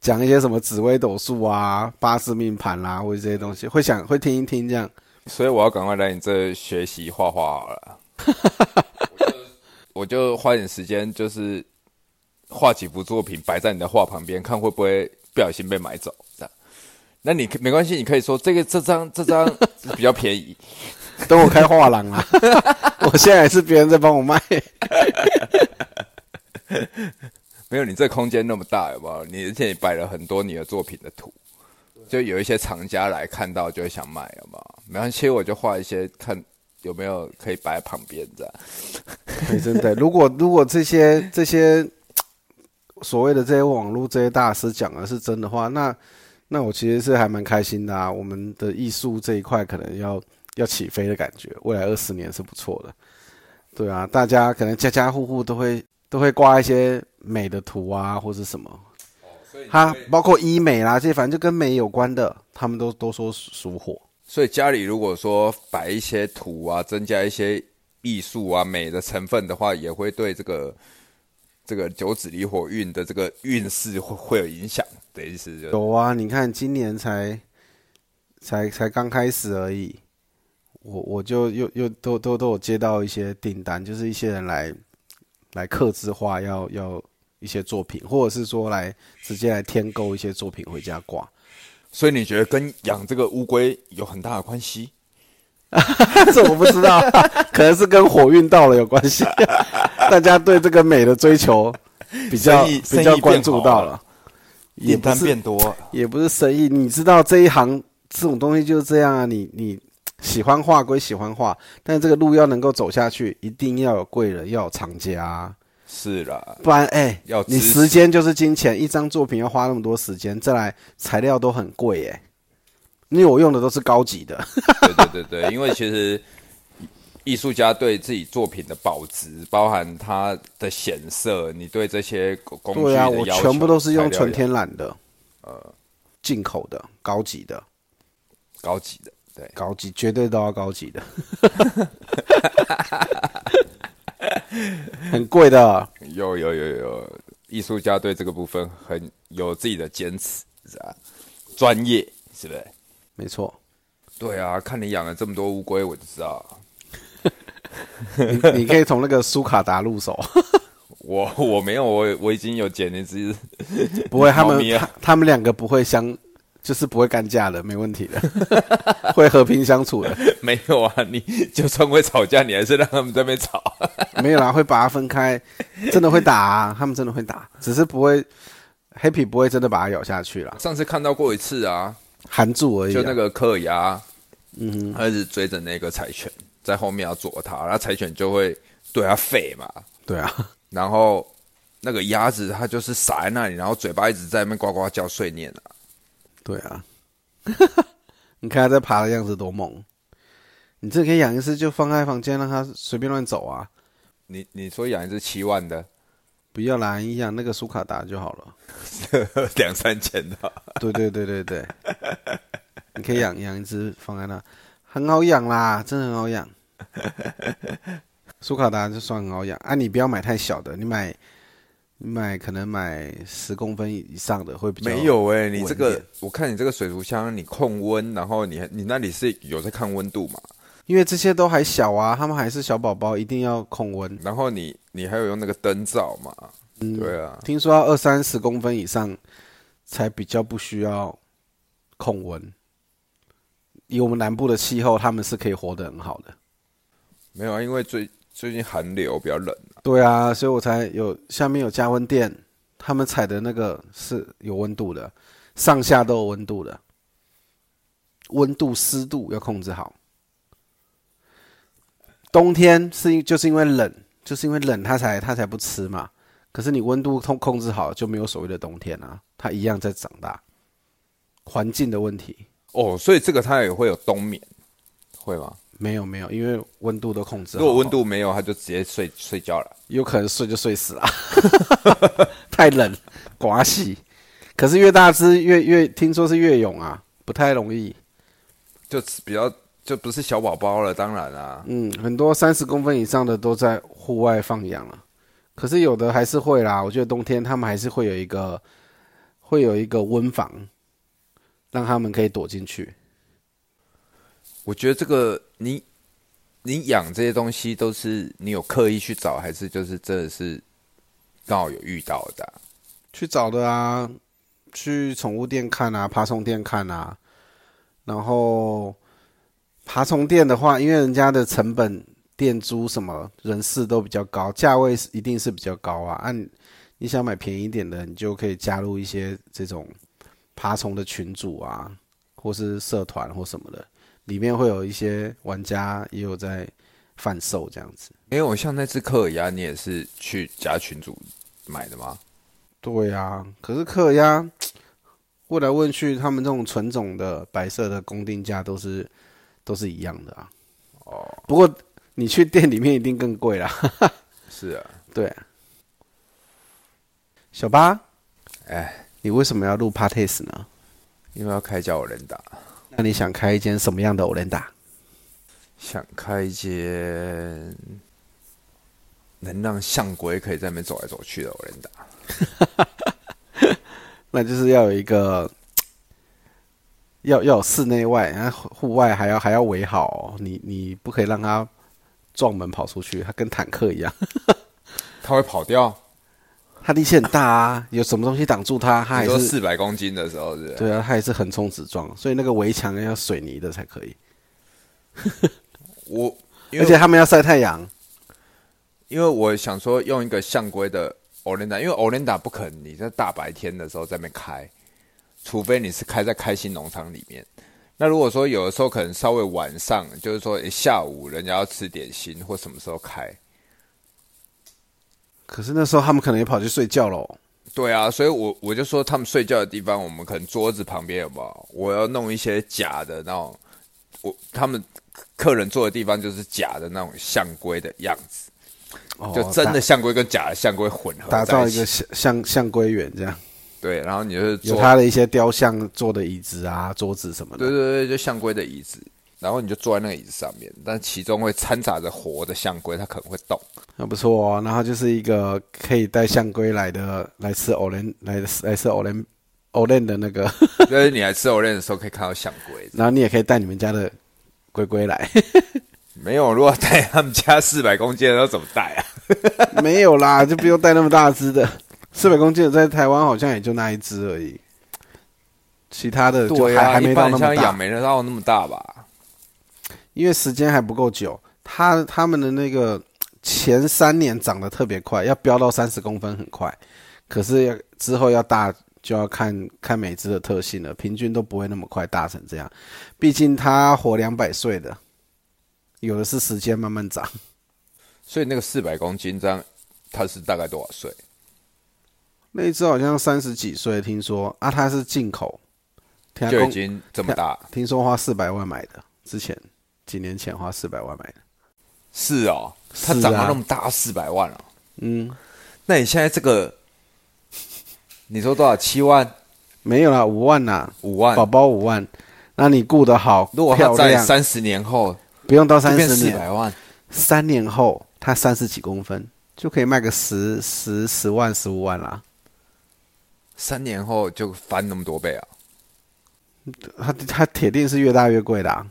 讲一些什么紫微斗数啊、八字命盘啦、或者这些东西，会想会听一听这样。
所以我要赶快来你这学习画画好了。我就花点时间，就是画几幅作品摆在你的画旁边，看会不会不小心被买走。这样，那你可没关系，你可以说这个这张这张比较便宜，
等我开画廊啊， 我现在也是别人在帮我卖。
没有你这空间那么大，有没有？你而且你摆了很多你的作品的图，
啊
就有一些藏家来看到就会想买，有没有？没关系，我就画一些看有没有可以摆在旁边这样。
对，哎真的，如果如果这些这些所谓的这些网络这些大师讲的是真的话，那那我其实是还蛮开心的啊。我们的艺术这一块可能要要起飞的感觉，未来二十年是不错的。对啊，大家可能家家户户都会都会挂一些美的图啊，或是什么。它包括医美啦，这些反正就跟美有关的，他们都都说属火。
所以家里如果说摆一些图啊，增加一些艺术啊、美的成分的话，也会对这个这个九子离火运的这个运势会会有影响的意思、就是。
有啊，你看今年才才才刚开始而已，我我就又又都都都有接到一些订单，就是一些人来来刻制化要要一些作品，或者是说来直接来添购一些作品回家挂。
所以你觉得跟养这个乌龟有很大的关系？
这我不知道， 可能是跟火运到了有关系。 大家对这个美的追求比较
生意
比较
生意变
关注
好
到
了
了，也
订
不
单
是
变多了，
也不是生意，你知道这一行这种东西就是这样啊，你你喜欢画归喜欢画，但这个路要能够走下去，一定要有贵人，要有藏家啊，
是啦，
不然哎、
要
你
知
时间就是金钱，一张作品要花那么多时间，再来材料都很贵哎、因为我用的都是高级的，
对对对对，因为其实
艺术家对自己作品的保值，包含它的显色，你对这些工具的
对啊，
要
我
求，
全部都是用
材料
纯
要
天然的，呃，进口的、高级的、
高级的，对，
高级，绝对都要高级的， 很贵的。
有有有有，艺术家对这个部分很有自己的坚持，是啊，专业是不是？
没错，
对啊，看你养了这么多乌龟，我就知道
你你可以从那个苏卡达入 手，
我我没有，我我已经有剪一只，
不会，他
猫
们
咪啊
他他们两个不会相，就是不会干架的，没问题的， 会和平相处的，
没有啊！你就算会吵架，你还是让他们在那边吵。
没有啦，会把它分开，真的会打啊、他们真的会打，只是不会 Happy 不会真的把它咬下去啦，
上次看到过一次啊，
含住而已啊、
就那个柯尔鸭，嗯，他一直追着那个柴犬，在后面要啄它，然后柴犬就会对它吠嘛，
对啊，
然后那个鸭子它就是傻在那里，然后嘴巴一直在那边呱呱叫碎念啊。
对啊， 你看它在爬的样子多猛，你这可以养一次，就放在房间让它随便乱走啊，
你你说养一只七万的，
不要啦，你养那个苏卡达就好了。
两三千的，
对对对对对，你可以养养一只放在那，很好养啦，真的很好养。苏卡达就算很好养啊，你不要买太小的，你买你买可能买十公分以上的会比较
没有哎、你
稳
这
一
个
点，
我看你这个水族箱，你控温，然后你你那里是有在看温度嘛？
因为这些都还小啊，他们还是小宝宝，一定要控温。
然后你你还有用那个灯罩嘛？对啊，
听说要二三十公分以上才比较不需要控温。以我们南部的气候，他们是可以活得很好的。
没有啊，因为最最近寒流比较冷啊、
对啊，所以我才有下面有加温垫，他们采的那个是有温度的，上下都有温度的，温度湿度要控制好。冬天是因就是因为冷，就是因为冷它才它才不吃嘛。可是你温度控控制好，就没有所谓的冬天啊，它一样在长大。环境的问题
哦，所以这个它也会有冬眠，会吗？
没有没有，因为温度都控制好。
如果温度没有，它就直接睡睡觉了。
有可能睡就睡死了，啊 太冷，寡喜。可是越大只越越听说是越勇啊，不太容易。
就比较就不是小宝宝了，当然啊，
嗯，很多三十公分以上的都在户外放养了，可是有的还是会啦。我觉得冬天他们还是会有一个会有一个温房，让他们可以躲进去。
我觉得这个你你养这些东西都是你有刻意去找，还是就是真的是刚好有遇到的啊、
去找的啊，去宠物店看啊，爬虫店看啊。然后爬虫店的话，因为人家的成本、店租什么人事都比较高，价位是一定是比较高啊。按、你你想买便宜一点的，你就可以加入一些这种爬虫的群组啊，或是社团或什么的，里面会有一些玩家也有在贩售这样子。
因为我像那只科尔鸭，你也是去加群主买的吗？
对呀，可是克鸭问来问去，他们这种纯种的白色的公定价都是都是一样的啊。哦，不过你去店里面一定更贵啦。
是啊，
对，小八，
哎，
你为什么要录 Parties 呢？
因为要开叫我人打，
那你想开一间什么样的 o l e n d a
想开一间能让象龟可以在那边走来走去的我人打。
那就是要有一个要要有室内外，然后户外还要还要围好哦、你你不可以让它撞门跑出去，它跟坦克一样。
它会跑掉，
它力气很大啊，有什么东西挡住它，它还
你说
是
四百公斤的时候是不是？
对啊，它还是横冲直撞，所以那个围墙要水泥的才可以，
我因为
而且他们要晒太阳。
因为我想说用一个象龟的 Olenda，因为 Olenda 不可能你在大白天的时候在那边开，除非你是开在开心农场里面。那如果说有的时候可能稍微晚上，就是说诶下午人家要吃点心或什么时候开，
可是那时候他们可能也跑去睡觉喽。
对啊，所以我我就说他们睡觉的地方，我们可能桌子旁边有没有？我要弄一些假的那种，我他们客人坐的地方就是假的那种象龟的样子，
哦
就真的
打
象龟跟假的象龟混合
打
在
造
一
一
起
个。像像像归园这样，
对，然后你就是
有
坐，
他的一些雕像做的椅子啊、桌子什么
对
的。
对对，就象龟的椅子，然后你就坐在那个椅子上面，但其中会掺杂着活的象龟，它可能会动。
那不错哦。然后就是一个可以带象龟来的，来吃藕莲，来来吃藕莲藕莲的那个，
就是你来吃藕链的时候可以看到象龟。
然后你也可以带你们家的龟龟来。
没有，如果带他们家四百公斤的时候怎么带啊？
没有啦，就不用带那么大只的，四百公斤的在台湾好像也就那一只而已，其他的就还、
啊，
还没
一
到
般
那
像
么
养
大，
没得到那么大吧？
因为时间还不够久。它它们的那个前三年长得特别快，要飙到三十公分很快，可是要之后要大就要看看每只的特性了，平均都不会那么快大成这样。毕竟它活两百岁的，有的是时间慢慢长。
所以那个四百公斤这样，它是大概多少岁？
那一只好像三十几岁，听说啊，它是进口，听
就
说
已经这么大？
听说花四百万买的，之前几年前花四百万买的。
是哦，
是
它
啊
长到那么大，四百万哦。
嗯，
那你现在这个，你说多少？七万、
没有啦，五万啦，
五万
宝？宝五万。那你顾得好，
如果它
漂
在
亮，
三十年后，
不用到
就
三
变
十
四
年，
百万，
三年后它三十几公分就可以卖个十十十万十五万啦。
三年后就翻那么多倍啊！
它它铁定是越大越贵的、啊。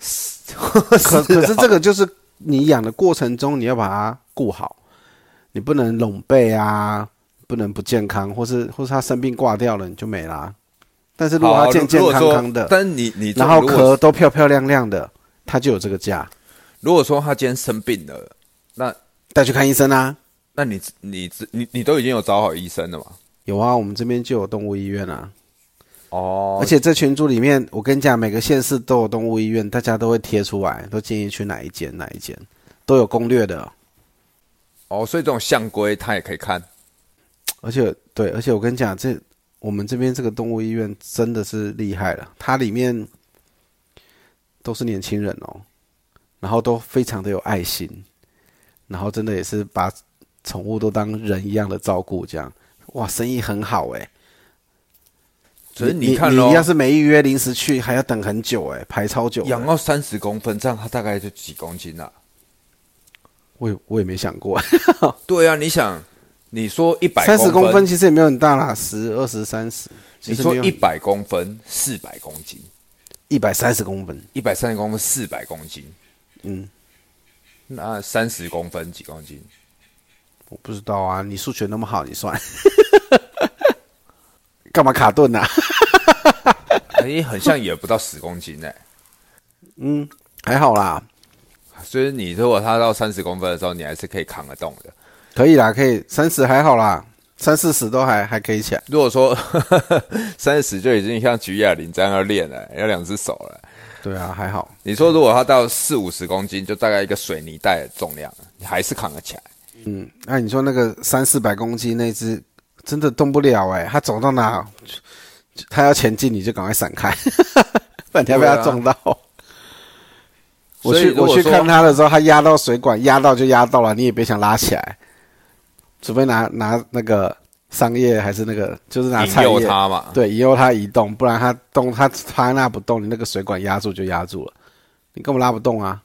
可可
啊
是这个就是你养的过程中，你要把它顾好，你不能拢背啊，不能不健康，或是或是它生病挂掉了，你就没啦。但是如果
好啊
它健健
如果
康
说
康的，
但是你你
然后
如果
壳都漂漂亮亮的，它就有这个价，
如果说它今天生病了，那
带去看医生啊。
那你你你你都已经有找好医生了嘛？
有啊，我们这边就有动物医院啊，
哦
而且这群组里面，我跟你讲，每个县市都有动物医院，大家都会贴出来，都建议去哪一间哪一间，都有攻略的哦。
哦，所以这种象龟它也可以看，
而且对，而且我跟你讲，这我们这边这个动物医院真的是厉害了，它里面都是年轻人哦，然后都非常的有爱心，然后真的也是把宠物都当人一样的照顾，这样哇，生意很好哎。
只是
你
看
你
咯，
要是没预约临时去，还要等很久哎，排超久的。
养到三十公分，这样它大概就几公斤啊啦、
我也我也没想过，
对啊，你想，你说一百
三十
公
公分，其实也没有很大啦，十、二十、三十，
你说一百公分四百公斤，
一百三十公分，
一百三十公分四百公斤，
嗯，
那三十公分几公斤？
我不知道啊，你数学那么好，你算 干嘛卡顿呐、啊？
哎，很像也不到十公斤哎、
嗯，还好啦，
所以你如果它到三十公分的时候，你还是可以扛得动的。
可以啦，可以三十还好啦，三四十都还还可以起来。
如果说 三十就已经像举哑铃这样要练了，要两只手了。
对啊，还好。
你说如果它到四五十公斤，就大概一个水泥袋的重量，你还是扛得起来。
嗯，那、你说那个三四百公斤那只，真的动不了哎、它走到哪，它要前进你就赶快闪开， 不然你要被它撞到。我
所以
去
如果
我去
说
看它的时候，它压到水管，压到就压到了，你也别想拉起来，除非拿拿那个桑叶还是那个，就是拿
引
菜
诱
叶，
它嘛，
对，引诱它移动，不然它动它趴在那不动，你那个水管压住就压住了，你根本拉不动啊。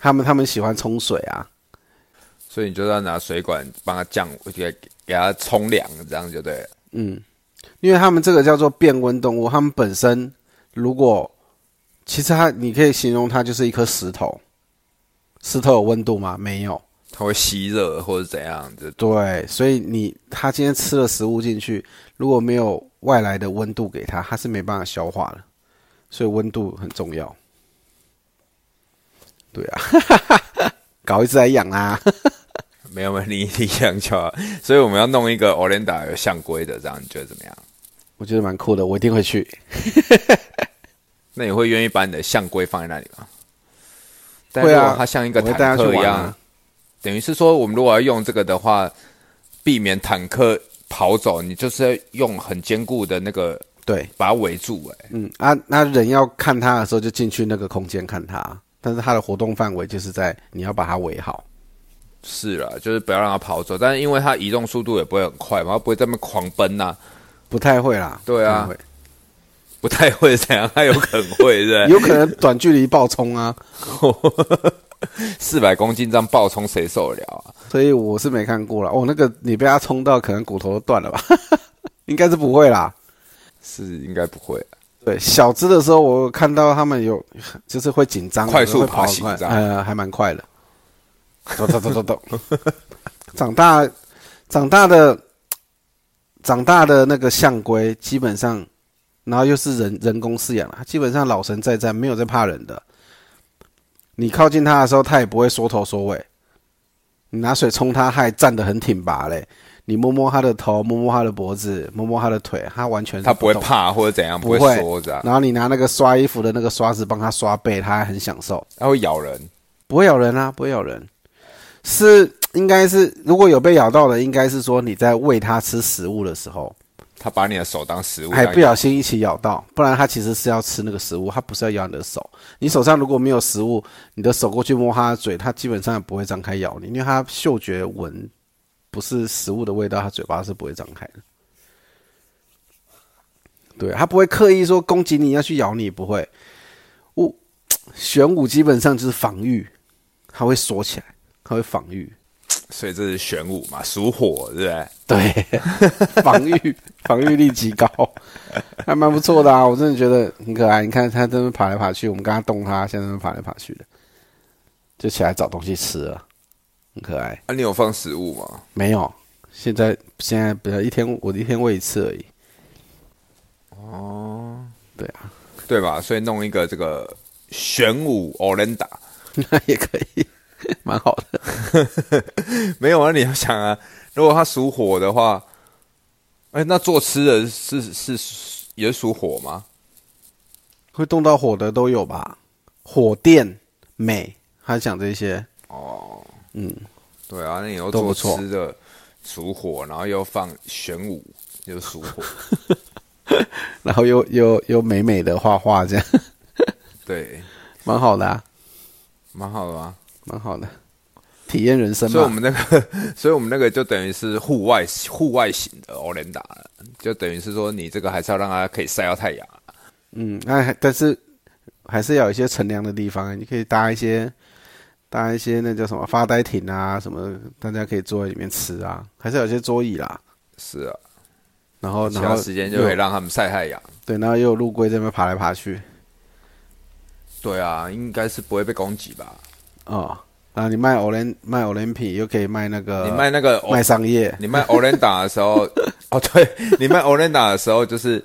他们他们喜欢冲水啊，
所以你就要拿水管帮它降，给给它冲凉，这样就对了。
嗯，因为他们这个叫做变温动物，他们本身如果其实它，你可以形容它就是一颗石头。石头有温度吗？没有。
它会吸热或者怎样的，
对，所以你它今天吃了食物进去，如果没有外来的温度给它，它是没办法消化的。所以温度很重要。对啊，搞一只来养啊。
没有没有，你你想就好。所以我们要弄一个 Olenda 有象龟的，这样你觉得怎么样？
我觉得蛮酷的，我一定会去。
那你会愿意把你的象龟放在那里吗？但
会啊
如果它像一个
我会带它
坦
去
克一
玩
样，
啊。
等于是说，我们如果要用这个的话，避免坦克跑走，你就是要用很坚固的那个
对，
把它围住、欸，哎，
嗯啊，那人要看它的时候就进去那个空间看它，但是它的活动范围就是在你要把它围好。
是啦，就是不要让它跑走，但是因为它移动速度也不会很快嘛，它不会在那边狂奔呐、
不太会啦，
对啊
不太
不太会怎样，它有可能会，对
会有可能短距离爆冲啊，
不对？ 四百公斤这样爆冲，谁受得了啊？
所以我是没看过啦。哦，那个你被它冲到，可能骨头都断了吧？ 应该是不会啦。
是应该不会，
对，小只的时候我有看到他们有就是会紧张，
快速
会跑
爬
很
行
快
这样
呃，还蛮快的。咚咚咚咚咚。 长大，长大的，长大的那个象龟基本上，然后又是人人工饲养了，它啊基本上老神在在，没有在怕人的。你靠近它的时候，它也不会缩头缩尾。你拿水冲它，它还站得很挺拔嘞。你摸摸它的头，摸摸它的脖子，摸摸它的腿，它完全是
它不会
动
怕或者怎样，
不
会
会
缩着啊，
然后你拿那个刷衣服的那个刷子帮它刷背，它还很享受，
它会咬人。
不会咬人啊，不会咬人。是应该是如果有被咬到的，应该是说你在喂它吃食物的时候，
它把你的手当食物，
还
这样
哎不小心一起咬到，不然它其实是要吃那个食物，它不是要咬你的手。你手上如果没有食物，你的手过去摸它的嘴，它基本上也不会张开咬你，因为它嗅觉闻不是食物的味道，它嘴巴是不会张开的。对，它不会刻意说攻击你要去咬你，不会。我玄武基本上就是防御，它会缩起来，它会防御。
所以这是玄武嘛，属火，对不啊对？
对，防御 防御力极高，还蛮不错的啊！我真的觉得很可爱。你看它真的爬来爬去，我们刚刚动它，现在在那边爬来爬去的，就起来找东西吃了，很可爱。
啊，你有放食物吗？
没有，现在现在不要一天，我一天喂一次而已。哦，对啊，
对吧？所以弄一个这个玄武 Olenda
那也可以，蛮好的。
没有啊？你要想啊，如果它属火的话，哎、那做吃的是是是也属火吗？
会动到火的都有吧？火电美，他讲这些，
对啊，那你又
哦都
做
不错
吃的属火，然后又放玄武，又属火，
然后又又又美美的画画，这样
对，
蛮好的啊。
蛮好的啊。
蛮好的，体验人生
所以我
嘛。
们那个， 所以我们那个就等于是户外户外型的 Olenda 了，就等于是说你这个还是要让它可以晒到太阳啊。
嗯，那还但是还是要有一些乘凉的地方，你可以搭一些搭一些那叫什么发呆亭啊，什么大家可以坐在里面吃啊，还是有一些桌椅啦。
是啊，
然后
其
然
他
后
时间就可以
又
让他们晒太阳。
对，然后又有陆龟在那边爬来爬去
对啊，应该是不会被攻击吧？
哦。然后你卖 Olymp 卖 Olympic 又可以卖那个
你卖那个
呃
哦
卖商业，
你卖 Orenda 的时候， 哦，对，你卖 Orenda 的时候，就是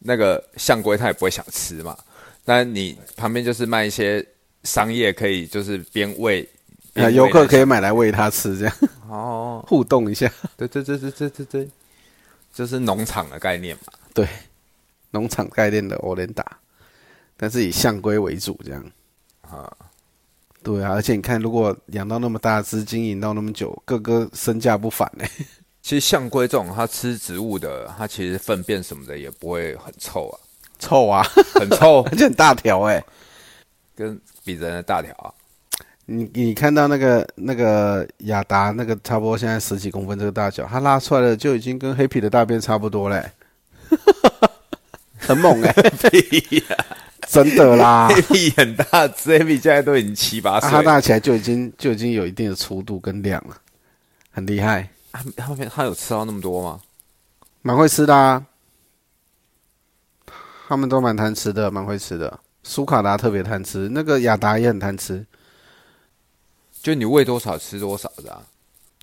那个象龟它也不会想吃嘛。那你旁边就是卖一些商业，可以就是边喂边
呃
喂
游客可以
那
买来喂它吃，这样
些哦，
互动一下。
对对对对对对对，就是农场的概念嘛。
对，农场概念的欧连达，但是以象龟为主这样。啊，对啊，而且你看，如果养到那么大只，经营到那么久，各个身价不凡呢、
其实象龟这种它吃植物的，它其实粪便什么的也不会很臭啊，
臭啊，
很臭
而且很大条哎、
跟比人的大条啊。
你你看到那个那个雅达那个差不多现在十几公分这个大小，它拉出来的就已经跟黑皮的大便差不多嘞、 很猛哎、真的啦，
屁很大，只 a 比现在都已经七八
啊
岁
它
了。
大起来就已经就已经有一定的粗度跟量了，很厉害。
他他们他有吃到那么多吗？
蛮会吃的啊，他们都蛮贪吃的，蛮会吃的。苏卡达特别贪吃，那个雅达也很贪吃，
就你喂多少吃多少的、啊，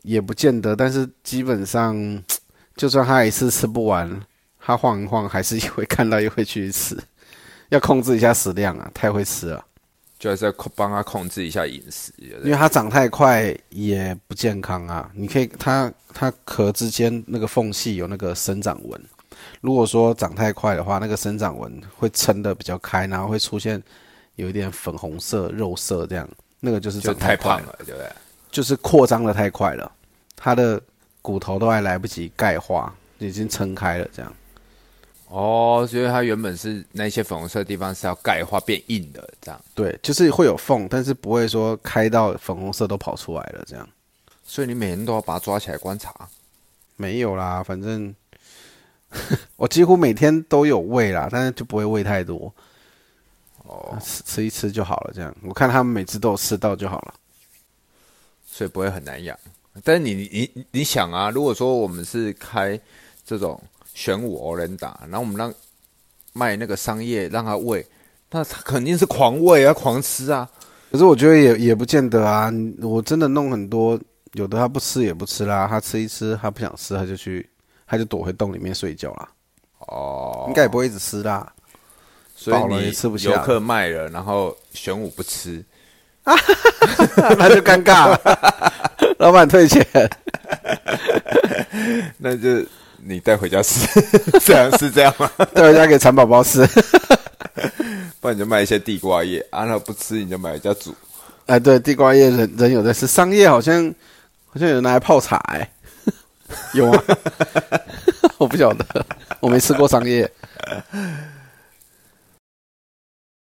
也不见得，但是基本上，就算他一次吃不完，他晃一晃还是会看到又会去吃，要控制一下食量啊，太会吃了，
就还是要控帮他控制一下饮食，对不
因
对
为它长太快也不健康啊。你可以，它它壳之间那个缝隙有那个生长纹，如果说长太快的话，那个生长纹会撑得比较开，然后会出现有一点粉红色、肉色这样，那个就是
就
长
太
快
胖了，对不对？
就是扩张的太快了，它的骨头都还来不及钙化，已经撑开了这样。
哦，因为它原本是那些粉红色的地方是要钙化变硬的，这样，
对，就是会有缝，但是不会说开到粉红色都跑出来了这样。
所以你每天都要把它抓起来观察。
没有啦，反正 我几乎每天都有喂啦，但是就不会喂太多，
哦，
吃吃一吃就好了。这样，我看他们每次都有吃到就好了。
所以不会很难养。但是你你你你想啊，如果说我们是开这种玄武欧人打，然后我们让卖那个商业让它喂，那它肯定是狂喂啊，狂吃啊。
可是我觉得也也不见得啊，你我真的弄很多，有的他不吃也不吃啦，他吃一吃，他不想吃，他就去，他就躲回洞里面睡觉啦，
哦
应，该也不会一直吃啦。
所
饱
以
了也
你
吃不下
游客卖了，然后玄武不吃，
那就尴尬了，老板退钱。
那就你带回家吃， 这样是这样吗？
带回家给蚕宝宝吃。
不然你就卖一些地瓜叶啊，那不吃你就买回家煮。
哎，对，地瓜叶人人有在吃，桑叶好像好像有人拿来泡茶、哎， 有啊，我不晓得，我没吃过桑叶。